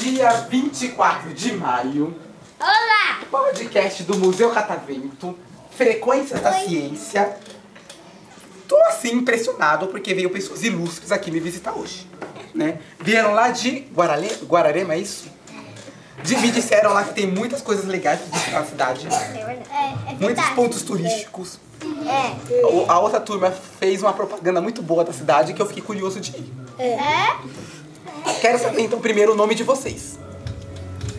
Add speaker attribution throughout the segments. Speaker 1: Dia 24 de maio,
Speaker 2: Olá!
Speaker 1: podcast do Museu Catavento, Frequências da Ciência. Tô assim impressionado porque veio pessoas ilustres aqui me visitar hoje, né? Vieram lá de Guarale, Guararema, é isso? De, me disseram lá que tem muitas coisas legais pra visitar na cidade,
Speaker 2: É, é
Speaker 1: muitos
Speaker 2: verdade.
Speaker 1: pontos turísticos.
Speaker 2: É.
Speaker 1: O- A outra turma fez uma propaganda muito boa da cidade que eu fiquei curioso de ir.
Speaker 2: É?
Speaker 1: Quero saber então primeiro o nome de vocês.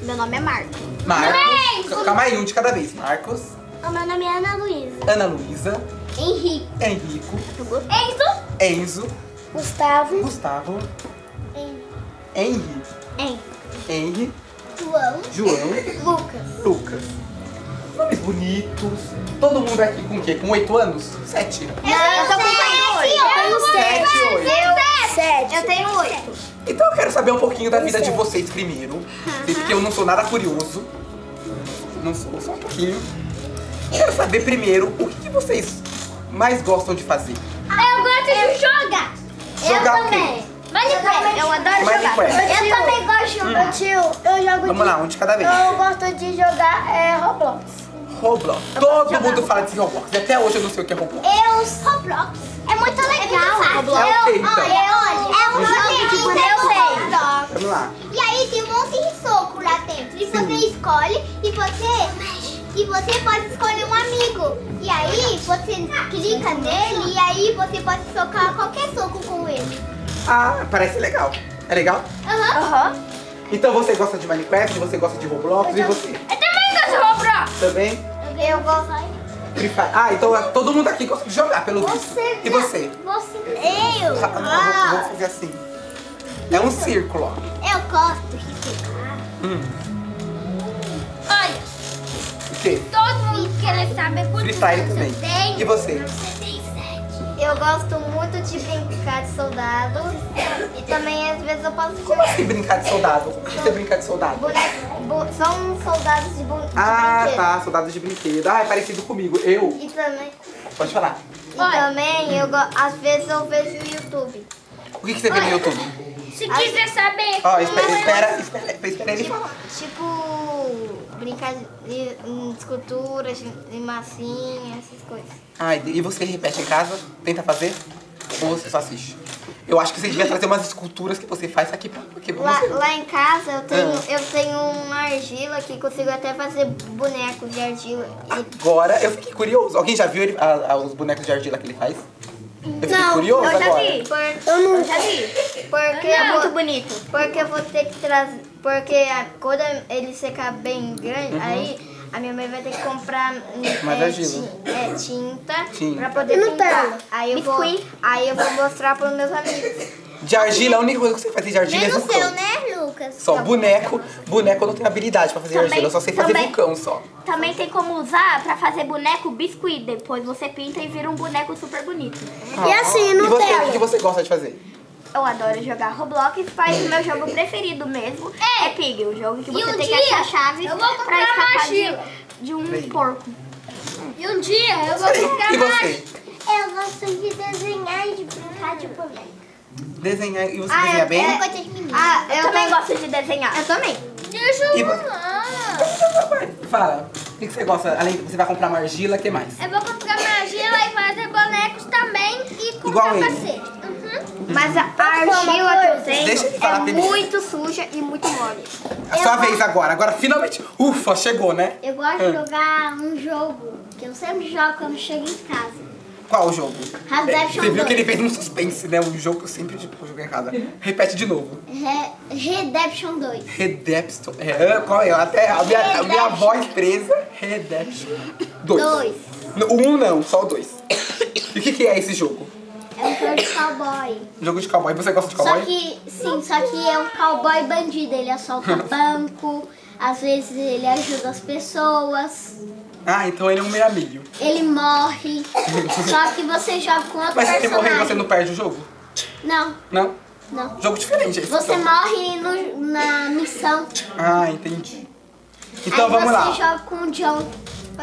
Speaker 2: Meu nome é Marco.
Speaker 1: Marcos.
Speaker 2: Marcos!
Speaker 1: Calma aí, um de cada vez. Marcos,
Speaker 2: meu nome é Ana Luísa.
Speaker 1: Ana Luísa,
Speaker 2: Henrique.
Speaker 1: Henrico,
Speaker 2: Enzo.
Speaker 1: Enzo,
Speaker 2: Gustavo.
Speaker 1: Gustavo,
Speaker 2: Henrique.
Speaker 1: Henri, Henri,
Speaker 2: João.
Speaker 1: João,
Speaker 2: Lucas.
Speaker 1: Lucas. Nomes bonitos. Todo mundo aqui com o quê? Com oito anos? Sete.
Speaker 2: eu tô com
Speaker 1: Sete, oito.
Speaker 2: Sete. Eu tenho oito.
Speaker 1: Então eu quero saber um pouquinho da vida de vocês primeiro. Porque eu não sou nada curioso. Não sou, só um pouquinho. Quero saber primeiro o que que vocês mais gostam de fazer.
Speaker 2: Eu gosto de jogar.
Speaker 1: Jogar o quê?
Speaker 2: Minecraft. É, Eu adoro
Speaker 1: Minecraft.
Speaker 2: Eu também gosto de jogar. Tio, eu jogo
Speaker 1: Vamos lá, um de cada vez.
Speaker 2: gosto de jogar é, Roblox.
Speaker 1: Roblox. Todo mundo fala de Roblox. E Até hoje eu não sei o que é Roblox.
Speaker 2: Eu Roblox. É muito legal. Roblox.
Speaker 1: É o quê, então?
Speaker 2: É um jogo de boneco.
Speaker 1: Vamos lá.
Speaker 2: E aí tem um monte de soco lá dentro. E você
Speaker 1: Sim.
Speaker 2: escolhe e você e você pode escolher um amigo. E aí você clica nele e aí você pode socar qualquer soco com ele.
Speaker 1: Ah, parece legal. É legal?
Speaker 2: Aham.
Speaker 1: Então você gosta de Minecraft, você gosta de Roblox e você
Speaker 2: Eu também gosto de Roblox.
Speaker 1: também?
Speaker 2: Eu gosto.
Speaker 1: Free Fire. Ah, então é- todo mundo aqui gosta de jogar, pelo visto.
Speaker 2: Você.
Speaker 1: E você?
Speaker 2: Você. Eu.
Speaker 1: Ah, não, vou, vou fazer assim. É um círculo, ó.
Speaker 2: Eu gosto de ficar.
Speaker 1: Hum,
Speaker 2: Olha.
Speaker 1: o quê?
Speaker 2: Todo mundo quer saber
Speaker 1: Free Fire também. E você?
Speaker 2: Eu gosto muito de brincar de soldado. E também às vezes eu posso
Speaker 1: Como
Speaker 2: jogar
Speaker 1: assim brincar de soldado? O que é brincar de soldado?
Speaker 2: boneco. bo- São soldados de boneco.
Speaker 1: Ah, tá, soldado de brinquedo. Ah, é parecido comigo. Eu?
Speaker 2: E também,
Speaker 1: Pode falar.
Speaker 2: e também eu, go- às vezes eu vejo o YouTube.
Speaker 1: O que, que você vê no YouTube?
Speaker 2: Se quiser saber.
Speaker 1: Ó, espera, espera, espera, espera ele falar.
Speaker 2: Tipo, brincar de, de esculturas, de massinha, essas coisas.
Speaker 1: Ah, e você repete em casa? Tenta fazer? Ou você só assiste? Eu acho que você devia trazer umas esculturas que você faz aqui pra, aqui pra
Speaker 2: Lá,
Speaker 1: você. Ah.
Speaker 2: lá em casa eu tenho, eu tenho uma argila que consigo até fazer boneco de argila.
Speaker 1: Ah,
Speaker 2: E-
Speaker 1: Agora, eu fiquei curioso. Alguém já viu ele- a- a- os bonecos de argila que ele faz? Eu fiquei curioso agora.
Speaker 2: Por, eu não já vi. Porque é muito bonito. Porque eu vou ter que trazer. Porque a- quando ele secar bem grande, aí a minha mãe vai ter que comprar hum,
Speaker 1: Uhum. Mais
Speaker 2: é,
Speaker 1: argila.
Speaker 2: ti- é, tinta,
Speaker 1: Tinta.
Speaker 2: pra poder pintar. Aí eu, vou, aí eu vou mostrar pros meus amigos.
Speaker 1: De argila, a única coisa que você faz de argila é vulcão.
Speaker 2: né, Lucas?
Speaker 1: Só boneco. Boneco eu não tenho habilidade pra fazer
Speaker 3: Também-
Speaker 1: argila. Eu só sei fazer
Speaker 3: também.
Speaker 1: vulcão só.
Speaker 3: Também tem como usar pra fazer boneco biscuit. Depois você pinta e vira um boneco super bonito.
Speaker 1: E assim, não E você, o que você gosta de fazer?
Speaker 3: Eu adoro jogar Roblox, faz o meu jogo preferido mesmo. É, Pig, o jogo que você
Speaker 2: um
Speaker 3: tem que
Speaker 2: dia
Speaker 3: achar chaves
Speaker 2: eu vou comprar
Speaker 3: pra escapar
Speaker 2: mochila.
Speaker 3: de, de um
Speaker 1: Vem.
Speaker 3: porco.
Speaker 2: E um dia eu vou
Speaker 1: E você?
Speaker 2: Eu gosto É de desenhar e de brincar de boneco.
Speaker 1: Desenhar. E você desenha bem?
Speaker 2: Ah,
Speaker 3: Eu, também gosto de desenhar. Eu também.
Speaker 2: Deixa
Speaker 1: E
Speaker 2: eu
Speaker 1: você?
Speaker 2: falar.
Speaker 1: Fala. O que que você gosta? Além, você vai comprar uma argila, o que mais?
Speaker 2: Eu vou comprar minha gila e fazer bonecos também e com
Speaker 1: Igual ele.
Speaker 2: capacete. Uhum.
Speaker 3: Mas a argila que eu tenho
Speaker 1: Deixa ele falar
Speaker 3: é
Speaker 1: primeiro.
Speaker 3: muito suja e muito mole.
Speaker 1: A sua vez agora. Agora, finalmente. Ufa, chegou, né?
Speaker 2: Eu gosto de jogar um jogo que eu sempre jogo quando chego em casa.
Speaker 1: Qual o jogo?
Speaker 2: Red
Speaker 1: É,
Speaker 2: Dead
Speaker 1: Você viu que
Speaker 2: dois.
Speaker 1: ele fez um suspense, né? Um jogo que eu sempre tipo, jogo em casa. Repete de novo.
Speaker 2: Re É Redemption 2.
Speaker 1: Redemption. É, qual é? Até a minha, a minha
Speaker 2: Redemption.
Speaker 1: voz presa. Redemption. Dois.
Speaker 2: Dois.
Speaker 1: N- Um não, só o dois. E o que, que é esse jogo?
Speaker 2: É um jogo de cowboy.
Speaker 1: Jogo de cowboy. Você gosta de
Speaker 2: Só
Speaker 1: cowboy?
Speaker 2: que, sim, só que é um cowboy bandido. Ele assalta banco, às vezes ele ajuda as pessoas.
Speaker 1: Ah, então ele é um meio amigo.
Speaker 2: Ele morre. Só que você joga com outro
Speaker 1: Mas se ele morrer,
Speaker 2: personagem.
Speaker 1: você não perde o jogo?
Speaker 2: Não,
Speaker 1: Não?
Speaker 2: não.
Speaker 1: Jogo diferente esse.
Speaker 2: Você
Speaker 1: então.
Speaker 2: morre no- na missão.
Speaker 1: Ah, entendi. Então
Speaker 3: Aí
Speaker 1: vamos
Speaker 3: você
Speaker 1: lá.
Speaker 3: joga com o John.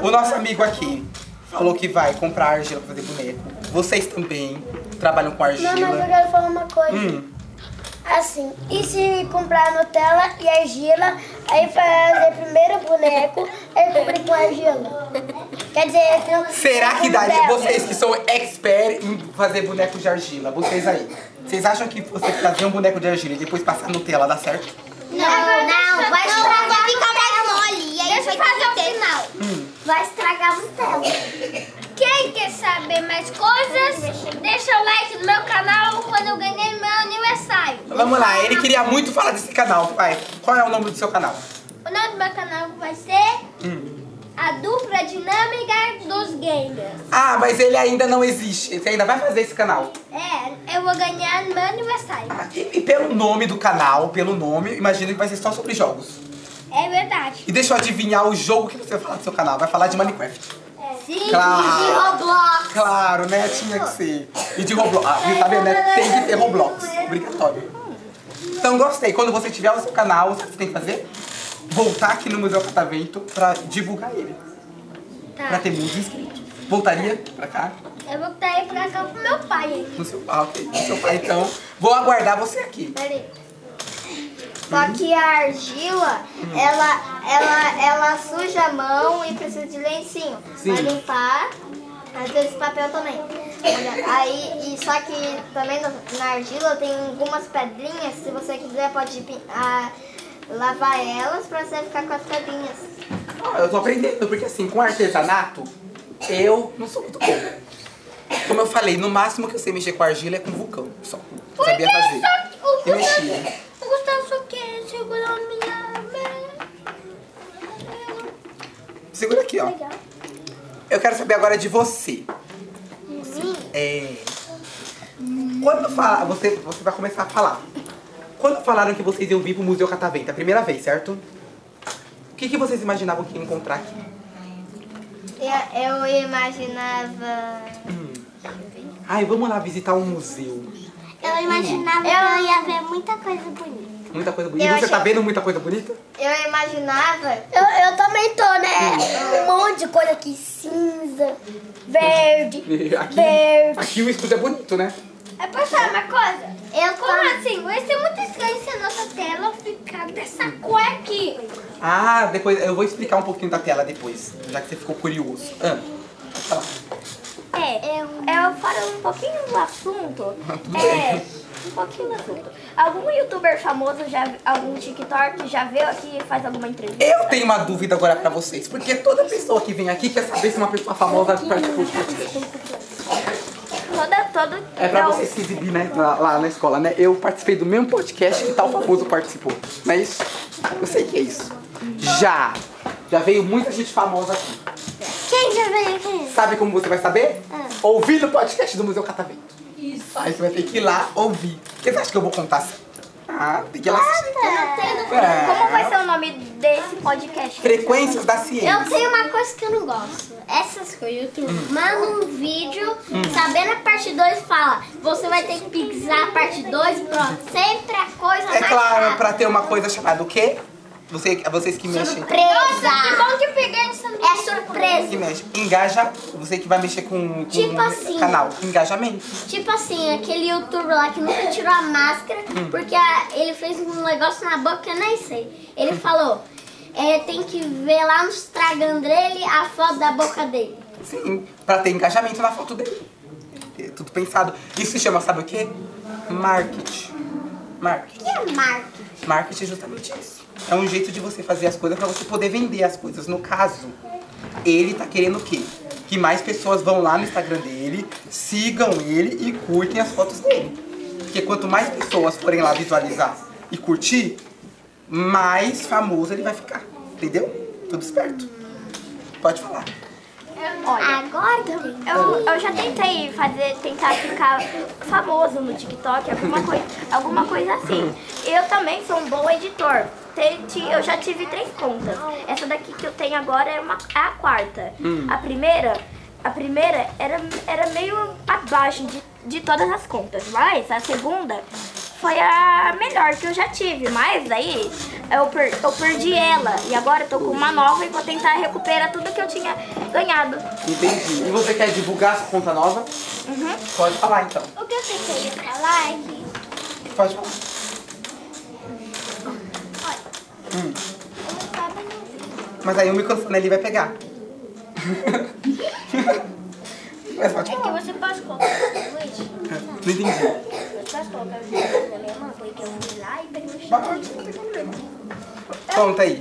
Speaker 1: O nosso amigo aqui falou que vai comprar argila pra fazer boneco. Vocês também trabalham com argila.
Speaker 4: Não, mas eu quero falar uma coisa.
Speaker 1: Hum.
Speaker 4: Assim, e se comprar Nutella e argila, aí fazer primeiro o boneco, aí cobrir com argila? Quer dizer, tem-
Speaker 1: Será que dá
Speaker 4: Nutella.
Speaker 1: vocês que são expert em fazer boneco de argila? Vocês aí. Vocês acham que você fazer um boneco de argila e depois passar Nutella dá certo? Então
Speaker 3: Não, não, vai estragar fica mais mole. E aí Deixa eu fazer o final.
Speaker 1: Hum.
Speaker 3: Vai estragar o Nutella.
Speaker 2: Quem quer saber mais coisas, deixa o like no meu canal quando eu ganhei meu aniversário.
Speaker 1: Vamos lá, ele queria muito falar desse canal. Vai, qual é o nome do seu canal? Hum.
Speaker 2: O nome do meu canal vai ser A Dupla Dinâmica dos Gamers.
Speaker 1: Ah, mas ele ainda não existe. Você ainda vai fazer esse canal.
Speaker 2: É, eu vou ganhar no meu aniversário.
Speaker 1: Ah, E, e pelo nome do canal, pelo nome, imagino que vai ser só sobre jogos.
Speaker 2: É verdade.
Speaker 1: E deixa eu adivinhar o jogo que você vai falar do seu canal. Vai falar de Minecraft.
Speaker 2: É. Sim.
Speaker 1: Claro,
Speaker 3: Roblox.
Speaker 1: claro, né? Tinha que ser. E de Roblox. Ah, viu? Tá vendo, né? Tem que ter Roblox. Obrigatório. Então gostei. Quando você tiver o seu canal, sabe o que você tem que fazer? Voltar aqui no Museu Catavento pra divulgar ele. Pra ter muitos inscritos. Voltaria pra cá?
Speaker 2: tá? Eu vou estar aí pra cá com meu pai.
Speaker 1: No seu, ah, ok. No seu pai, então. Vou aguardar você aqui.
Speaker 3: Só que a argila, ela, ela, ela suja a mão e precisa de lencinho
Speaker 1: Sim.
Speaker 3: pra limpar. Às vezes papel também. Olha, Aí, e só que também no- na argila tem algumas pedrinhas, se você quiser pode pin- ah, lavar elas pra você ficar com as pedrinhas.
Speaker 1: Ah, eu tô aprendendo, porque assim, com artesanato, eu não sou muito bom. Como eu falei, no máximo que eu sei mexer com argila é com vulcão, só. Eu sabia fazer.
Speaker 2: O
Speaker 1: E mexia.
Speaker 2: Gustavo, o Gustavo só quer segurar minha... minha...
Speaker 1: Segura aqui, ó. Eu quero saber agora de você. É... Quando fala, você, você vai começar a falar. Quando falaram que vocês iam vir pro Museu Catavento, a primeira vez, certo? O que, que vocês imaginavam que ia encontrar aqui?
Speaker 3: Eu, eu imaginava.
Speaker 1: Ai, vamos lá visitar um museu.
Speaker 5: Eu imaginava que eu ia ver muita coisa bonita.
Speaker 1: Muita coisa bonita.
Speaker 3: Eu
Speaker 1: E você tá
Speaker 3: achei-
Speaker 1: vendo muita coisa bonita?
Speaker 3: Eu imaginava
Speaker 4: Eu, eu também tô, né? Um monte de coisa aqui, cinza, verde,
Speaker 1: Aqui,
Speaker 4: verde.
Speaker 1: aqui o estudo é bonito, né?
Speaker 2: É pra falar uma coisa? Eu Como assim? Vai ser muito estranho se a nossa tela ficar dessa cor aqui.
Speaker 1: Ah, depois eu vou explicar um pouquinho da tela depois, já que você ficou curioso. Ah, pode falar.
Speaker 5: É, eu, eu falo um pouquinho do assunto.
Speaker 1: Tudo
Speaker 5: É, um pouquinho do assunto. Algum youtuber famoso, já, algum TikTok já veio aqui e faz alguma entrevista?
Speaker 1: Eu tenho uma dúvida agora pra vocês, porque toda pessoa que vem aqui quer saber se uma pessoa famosa participou de podcast.
Speaker 5: Toda, todo.
Speaker 1: É pra
Speaker 5: não,
Speaker 1: vocês se exibir, né? Lá, lá na escola, né? Eu participei do mesmo podcast que tal famoso participou. Não é isso? Eu sei que é isso. Já! Já veio muita gente famosa aqui.
Speaker 5: Quem já veio aqui?
Speaker 1: Sabe como você vai saber? Ouvindo o podcast do Museu Catavento. Isso. Aí você vai ter que ir lá ouvir. Você acha que eu vou contar? Ah, tem que ir lá assistir. É.
Speaker 5: Como vai ser o nome desse podcast?
Speaker 1: Frequências da ciência.
Speaker 2: Eu tenho uma coisa que eu não gosto. Essas coisas, YouTube. Manda um vídeo, sabendo a parte 2, fala. Você vai ter que pisar a parte 2, pronto. Sempre a coisa
Speaker 1: É
Speaker 2: mais
Speaker 1: claro,
Speaker 2: rápida.
Speaker 1: pra assim. ter uma coisa chamada o quê? Você, é vocês que mexem.
Speaker 2: Nossa, que bom que eu peguei essa É surpresa.
Speaker 1: Que mexe. Engaja, você que vai mexer com, com
Speaker 2: Tipo
Speaker 1: o
Speaker 2: assim.
Speaker 1: canal. Engajamento.
Speaker 2: Tipo assim, aquele youtuber lá que nunca tirou a máscara,
Speaker 1: Hum.
Speaker 2: porque a- ele fez um negócio na boca que eu nem sei. Ele
Speaker 1: Hum.
Speaker 2: falou, é, tem que ver lá no Instagram dele a foto da boca dele.
Speaker 1: Sim, pra ter engajamento na foto dele. É tudo pensado. Isso se chama, sabe o quê? Marketing. Marketing.
Speaker 2: O que é marketing?
Speaker 1: Marketing é justamente isso. É um jeito de você fazer as coisas pra você poder vender as coisas. No caso, ele tá querendo o quê? Que mais pessoas vão lá no Instagram dele, sigam ele e curtem as fotos dele. Porque quanto mais pessoas forem lá visualizar e curtir, mais famoso ele vai ficar. Entendeu? Tudo esperto. Pode falar.
Speaker 5: Olha.
Speaker 2: Agora que eu
Speaker 5: Eu, eu já tentei fazer, tentar ficar famoso no TikTok, alguma coisa, alguma coisa assim. Eu também sou um bom editor. Te- ti- Eu já tive três contas. Essa daqui que eu tenho agora é, uma, é a quarta. A primeira, a primeira era, era meio abaixo de, de todas as contas, mas a segunda foi a melhor que eu já tive, mas daí eu, per- eu perdi ela. E agora eu tô com uma nova e vou tentar recuperar tudo que eu tinha ganhado.
Speaker 1: Entendi. E você quer divulgar sua conta nova? Pode falar então.
Speaker 2: O que eu sei que eu ia falar é que
Speaker 1: Pode falar.
Speaker 2: eu não tava no
Speaker 1: Mas aí o microfone ali vai pegar. Mas pode falar.
Speaker 2: É você pode colocar Luiz?
Speaker 1: Não entendi.
Speaker 2: Você pode colocar o vídeo da minha irmã? Porque eu fui lá e perguntei.
Speaker 1: Mas pode, não tem problema. Conta aí.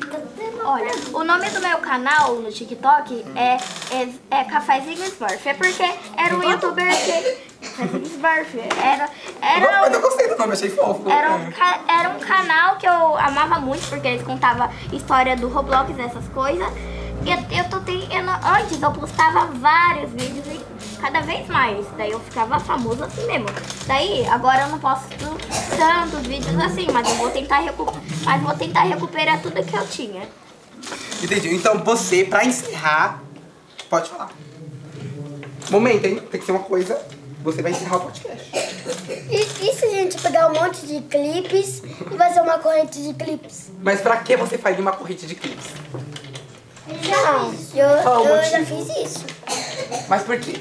Speaker 5: Olha, o nome do meu canal no TikTok é, é, é Cafezinho Smurf. É porque era um youtuber que. Cafezinho Smurf. Era, era um-
Speaker 1: Mas eu gostei do nome, achei fofo.
Speaker 5: Era um,
Speaker 1: É.
Speaker 5: ca- era um canal que eu amava muito, porque eles contavam história do Roblox, essas coisas. E eu, eu tô ten- eu não- antes eu postava vários vídeos e cada vez mais. Daí eu ficava famoso assim mesmo. Daí, agora eu não posso tantos vídeos assim, mas eu vou tentar recu- mas vou tentar recuperar tudo que eu tinha.
Speaker 1: Entendi. Então você, pra encerrar, pode falar. Momento, hein? Tem que ser uma coisa. Você vai encerrar o podcast.
Speaker 4: E, e se a gente pegar um monte de clipes e fazer uma corrente de clipes?
Speaker 1: Mas pra que você faria uma corrente de clipes?
Speaker 4: Não, Ah, eu,
Speaker 1: Qual o
Speaker 4: eu já
Speaker 1: motivo?
Speaker 4: fiz isso.
Speaker 1: Mas por quê?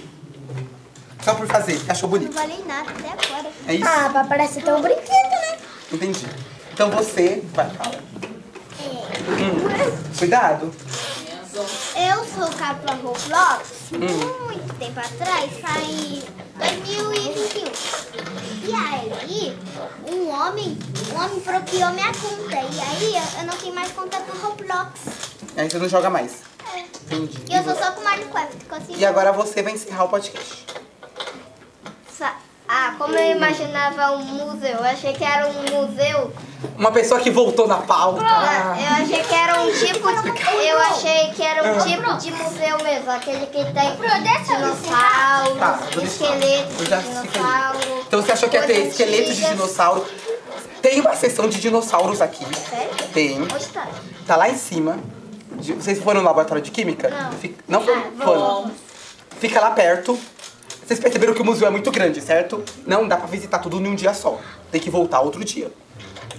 Speaker 1: Só por fazer, que achou bonito.
Speaker 2: falei nada até agora.
Speaker 1: É isso?
Speaker 4: Ah, pra parecer tão brinquedo, né?
Speaker 1: Entendi. Então você vai falar. Hum. Cuidado.
Speaker 2: Eu sou capa Roblox muito tempo atrás, faz 2021. E aí, um homem, um homem bloqueou minha conta. E aí, eu- eu não tenho mais conta pro Roblox.
Speaker 1: Aí você não joga mais. Entendi.
Speaker 2: E eu sou só com Minecraft, consigo.
Speaker 1: E agora você vai encerrar o podcast.
Speaker 3: Sa- Ah, como eu imaginava um museu, eu achei que era um museu.
Speaker 1: Uma pessoa que voltou na pauta.
Speaker 3: Ah, Eu achei que era um tipo. Eu achei que era um tipo de museu mesmo, aquele que tem
Speaker 1: Tá, vou deixar. Eu já
Speaker 3: dinossauros, esqueletos de
Speaker 1: sei que é
Speaker 3: dinossauro.
Speaker 1: Então você achou que ia ter
Speaker 3: coisas
Speaker 1: esqueleto de
Speaker 3: antigas.
Speaker 1: dinossauro? Tem uma seção de dinossauros aqui.
Speaker 3: Sério?
Speaker 1: Tem.
Speaker 3: Onde tá?
Speaker 1: Tá lá em cima. De- Vocês foram no laboratório de química?
Speaker 3: Não. Ah,
Speaker 1: Fica... Não foram? foram. Fica lá perto. Vocês perceberam que o museu é muito grande, certo? Não dá pra visitar tudo em um dia só. Tem que voltar outro dia.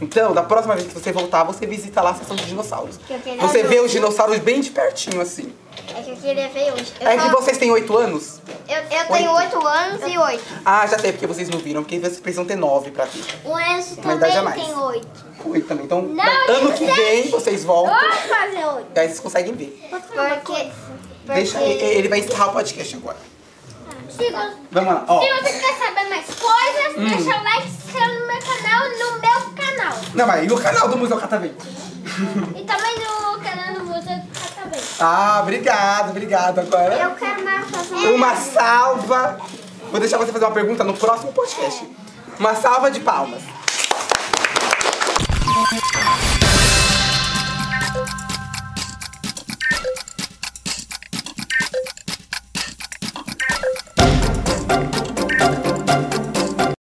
Speaker 1: Então, da próxima vez que você voltar, você visita lá a seção de dinossauros.
Speaker 3: Que eu queria
Speaker 1: Você
Speaker 3: ver
Speaker 1: vê
Speaker 3: hoje.
Speaker 1: os dinossauros bem de pertinho, assim.
Speaker 3: É que eu queria ver hoje. Eu,
Speaker 1: É que
Speaker 3: só-
Speaker 1: vocês têm oito anos?
Speaker 3: eu, eu tenho 8 anos e 8.
Speaker 1: Ah, já sei, porque vocês não viram, porque vocês precisam ter nove pra ver.
Speaker 2: O
Speaker 3: Um
Speaker 2: Enzo
Speaker 1: Uma idade a
Speaker 2: também
Speaker 1: mais.
Speaker 2: tem oito.
Speaker 1: Oito também. Então,
Speaker 2: Não,
Speaker 1: ano que vem, vocês voltam.
Speaker 2: Pode fazer oito.
Speaker 1: E aí vocês conseguem ver.
Speaker 3: Porque.
Speaker 1: Deixa,
Speaker 3: Porque.
Speaker 1: ele ele vai encerrar o podcast agora.
Speaker 2: Se você
Speaker 1: Vamos lá, ó.
Speaker 2: se você quer saber mais coisas, deixa o like, se inscreve no meu canal, no meu canal.
Speaker 1: Não, mas e o canal do Museu Catavento?
Speaker 2: E também no canal do Museu do Catavento.
Speaker 1: Ah, obrigado, obrigado. Agora,
Speaker 2: quero mais fazer
Speaker 1: uma salva. Vou deixar você fazer uma pergunta no próximo podcast. Uma salva de palmas.